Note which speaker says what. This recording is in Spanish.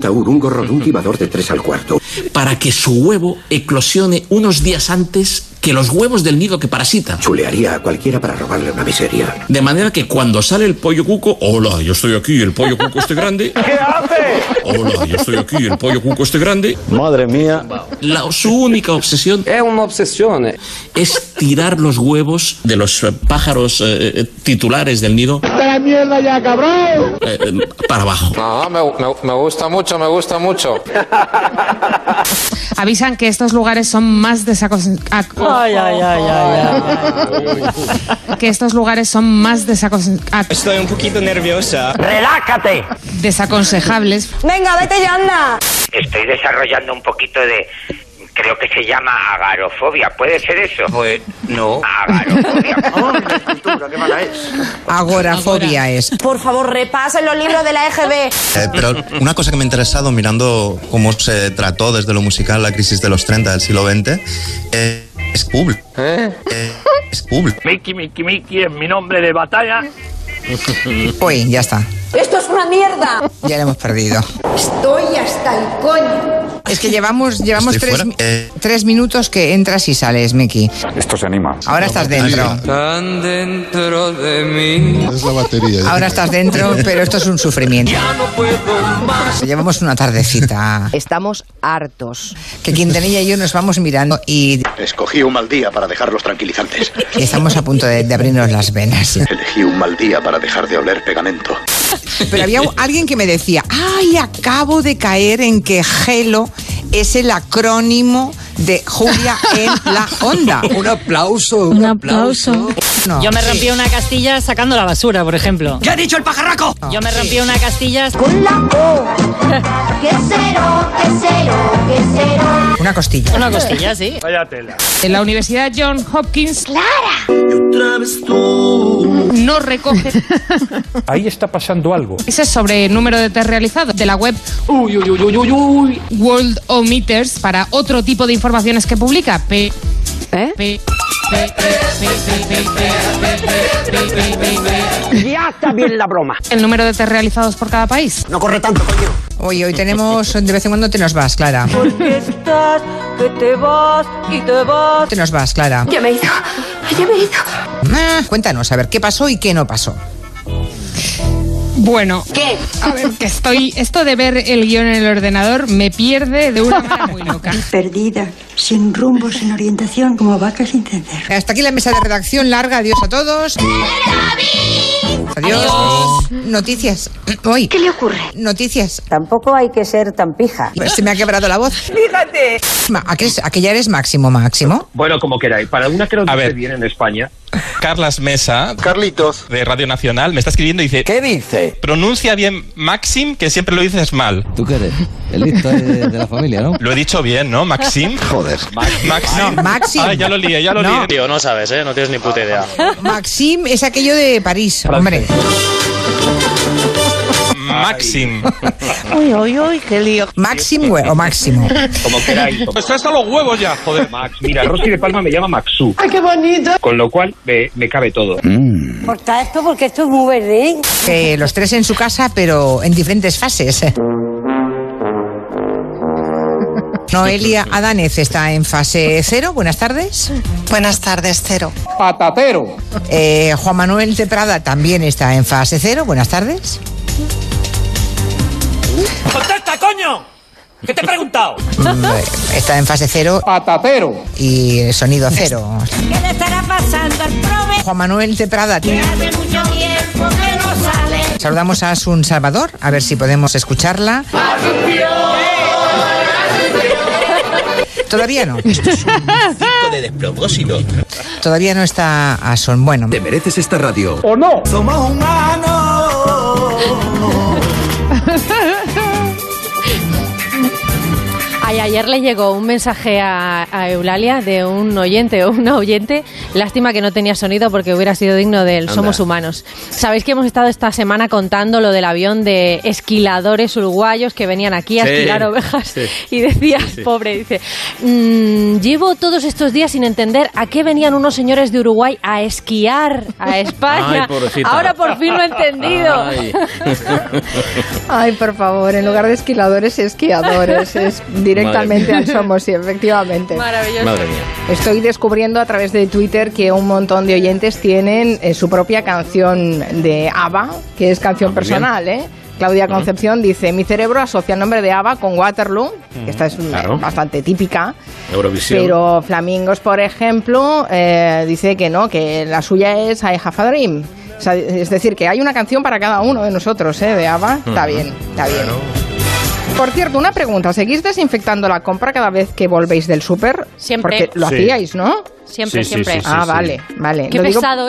Speaker 1: ataúd, un gorro de un tibador de tres al cuarto.
Speaker 2: para que su huevo eclosione unos días antes que los huevos del nido que parasita.
Speaker 1: Chulearía a cualquiera para robarle una miseria.
Speaker 2: De manera que cuando sale el pollo cuco, hola, yo estoy aquí, el pollo cuco este grande. ¿Qué hace? Hola, yo estoy aquí, el pollo cuco este grande.
Speaker 3: Madre mía.
Speaker 2: La- su única obsesión
Speaker 4: È
Speaker 3: eh.
Speaker 4: un'ossessione.
Speaker 2: es tirar los huevos de los eh, pájaros eh, eh, titulares del nido. Eh, eh, para abajo.
Speaker 5: No, me, me- me gusta mucho, me gusta mucho.
Speaker 6: Avisan que estos lugares son más desacos- ac-
Speaker 7: Ay, ay, ay, ay, ay.
Speaker 6: que estos lugares son más desacos- ac-
Speaker 8: Estoy un poquito nerviosa.
Speaker 6: desaconsejables
Speaker 7: Venga, vete ya, anda.
Speaker 9: Estoy desarrollando un poquito de... Creo que se llama agarofobia. ¿Puede ser eso? Pues no. Agarofobia.
Speaker 1: qué mala es!
Speaker 10: Agorafobia es.
Speaker 7: Por favor, repasen los libros de la E EGB.
Speaker 3: Eh, pero una cosa que me ha interesado mirando cómo se trató desde lo musical la crisis de los 30 del siglo XX eh, es público. es público.
Speaker 9: Miki, Miki, Miki es mi nombre de batalla.
Speaker 10: Uy, ya está.
Speaker 7: Esto es una mierda.
Speaker 10: Ya lo hemos perdido.
Speaker 7: Estoy hasta el coño.
Speaker 10: Es que llevamos, llevamos
Speaker 3: Estoy
Speaker 10: tres,
Speaker 3: fuera. Eh.
Speaker 10: tres minutos que entras y sales, Miki.
Speaker 11: Esto se anima.
Speaker 10: Ahora estás dentro.
Speaker 4: Tan dentro de mí.
Speaker 12: Es la batería.
Speaker 10: Ahora estás dentro, pero esto es un sufrimiento. Llevamos una tardecita.
Speaker 7: Estamos hartos.
Speaker 10: Que Quintanilla y yo nos vamos mirando y
Speaker 1: Escogí un mal día para dejar los tranquilizantes.
Speaker 10: estamos a punto de, de abrirnos las venas.
Speaker 1: Elegí un mal día para dejar de oler pegamento.
Speaker 10: Pero había alguien que me decía, ay, acabo de caer en que Gelo es el acrónimo de Julia en la onda.
Speaker 9: Un aplauso.
Speaker 6: un aplauso
Speaker 10: No.
Speaker 7: Yo me rompí una castilla sacando la basura, por ejemplo.
Speaker 9: ¿Qué ha dicho el pajarraco?
Speaker 7: Yo me rompí una castilla.
Speaker 6: con la O que cero que cero que cero
Speaker 10: Una costilla.
Speaker 7: Una costilla, sí.
Speaker 6: en la Universidad John Hopkins Clara no recoge
Speaker 11: Ahí está pasando algo.
Speaker 6: ese sobre número de test realizado de la web uy, uy, uy, uy, uy, uy, World Ometers para otro tipo de informaciones que publica P
Speaker 7: ¿Eh?
Speaker 6: P P-
Speaker 9: Ya está bien la broma.
Speaker 6: el número de test realizados por cada país
Speaker 9: No corre tanto, coño.
Speaker 10: Oye, hoy tenemos, de vez en cuando te nos vas, Clara.
Speaker 7: Porque estás que te vas y te vas.
Speaker 10: Te nos vas, Clara.
Speaker 7: Ya me he ido. Ya me he ido.
Speaker 10: Ah, cuéntanos, a ver, ¿qué pasó y qué no pasó?
Speaker 6: Bueno, ¿qué? A ver, que estoy. Esto de ver el guión en el ordenador me pierde de una manera muy loca.
Speaker 7: Perdida, sin rumbo, sin orientación, como vaca sin tender.
Speaker 10: Hasta aquí la mesa de redacción larga. Adiós a todos. Adiós. Noticias. Hoy. ¿Qué le ocurre? Noticias.
Speaker 7: Tampoco hay que ser tan pija.
Speaker 10: Se me ha quebrado la voz. Fíjate. Aquella, eres máximo, máximo.
Speaker 9: Bueno, como queráis. Para una que nos
Speaker 8: A ver.
Speaker 9: bien en España.
Speaker 8: Carlas Mesa,
Speaker 12: Carlitos.
Speaker 8: de Radio Nacional, me está escribiendo y dice...
Speaker 4: Che dice?
Speaker 8: Pronuncia bien Maxim, que siempre lo dices mal.
Speaker 4: Tu che eres? El listo de, de la familia, ¿no?
Speaker 8: Lo he dicho bien, ¿no? Maxim.
Speaker 12: Joder.
Speaker 8: Maxim.
Speaker 10: Maxim.
Speaker 8: Ah, ya lo lié, ya lo
Speaker 10: No.
Speaker 8: lié. Tío, no sabes, ¿eh? No tienes ni puta idea.
Speaker 10: Maxim es aquello de París, hombre.
Speaker 8: Maxim.
Speaker 7: Uy, uy, uy, qué lío.
Speaker 10: Maxim güey, o Máximo.
Speaker 9: Como queráis.
Speaker 8: Pues Está hasta los huevos ya, joder.
Speaker 9: Max. Mira, Rosy de Palma me llama Maxu. ¡Ay, qué bonito! Con lo cual eh, me, me cabe todo.
Speaker 7: Corta esto porque esto es muy verde.
Speaker 10: Eh, los tres en su casa, pero en diferentes fases. Noelia Adanez está en fase cero. Buenas tardes.
Speaker 7: Buenas tardes, cero.
Speaker 4: Patatero.
Speaker 10: Eh, Juan Manuel de Prada también está en fase cero. Buenas tardes.
Speaker 9: ¡Contesta, coño! ¿Qué te he preguntado?
Speaker 10: Mm, eh, Está en fase cero
Speaker 4: Patatero.
Speaker 10: y eh, sonido cero.
Speaker 7: ¿Qué le estará pasando al prove?
Speaker 10: Juan Manuel de Prada.
Speaker 7: Hace mucho tiempo que no sale.
Speaker 10: Saludamos a Asun Salvador, a ver si podemos escucharla. Todavía no,
Speaker 8: de despropósito.
Speaker 10: todavía no está Asun. Bueno,
Speaker 4: Te mereces esta radio.
Speaker 9: ¿O no?
Speaker 12: Ay, ayer le llegó un mensaje a, a Eulalia de un oyente o una oyente. Lástima que no tenía sonido porque hubiera sido digno del
Speaker 13: Anda.
Speaker 12: Somos Humanos. Sabéis que hemos estado esta semana contando lo del avión de esquiladores uruguayos que venían aquí a
Speaker 13: Sí.
Speaker 12: esquilar ovejas.
Speaker 13: Sí.
Speaker 12: Y decía,
Speaker 13: Sí, sí.
Speaker 12: pobre, dice, "Mm, llevo todos estos días sin entender a qué venían unos señores de Uruguay a esquiar a España.
Speaker 13: Ay, pobrecita.
Speaker 12: Ahora por fin lo he entendido.
Speaker 13: Ay.
Speaker 14: Ay, por favor, en lugar de esquiladores, esquiadores. Es directamente al
Speaker 13: Madre mía.
Speaker 14: Somos, sí, efectivamente.
Speaker 12: Maravilloso.
Speaker 13: Madre mía.
Speaker 14: Estoy descubriendo a través de Twitter que un montón de oyentes tienen eh, su propia canción de ABBA, que es canción
Speaker 13: Ah, muy bien.
Speaker 14: personal, ¿eh? Claudia
Speaker 13: Ujú.
Speaker 14: Concepción dice, mi cerebro asocia el nombre de ABBA con Waterloo, que esta es mm,
Speaker 13: Claro.
Speaker 14: bastante típica,
Speaker 13: Eurovisión.
Speaker 14: pero Flamingos, por ejemplo, eh, dice que no, que la suya es I Have a Dream. O sea, es decir, que hay una canción para cada uno de nosotros, ¿eh? De ABBA. Está bien, está bien. Por cierto, una pregunta. ¿Seguís desinfectando la compra cada vez que volvéis del súper?
Speaker 12: Siempre.
Speaker 14: Porque lo
Speaker 12: Sí.
Speaker 14: hacíais, ¿no?
Speaker 12: Siempre, Sí, sí, siempre. sí, sí,
Speaker 14: ah,
Speaker 12: sí.
Speaker 14: vale, vale.
Speaker 12: Qué
Speaker 14: Lo digo
Speaker 12: pesado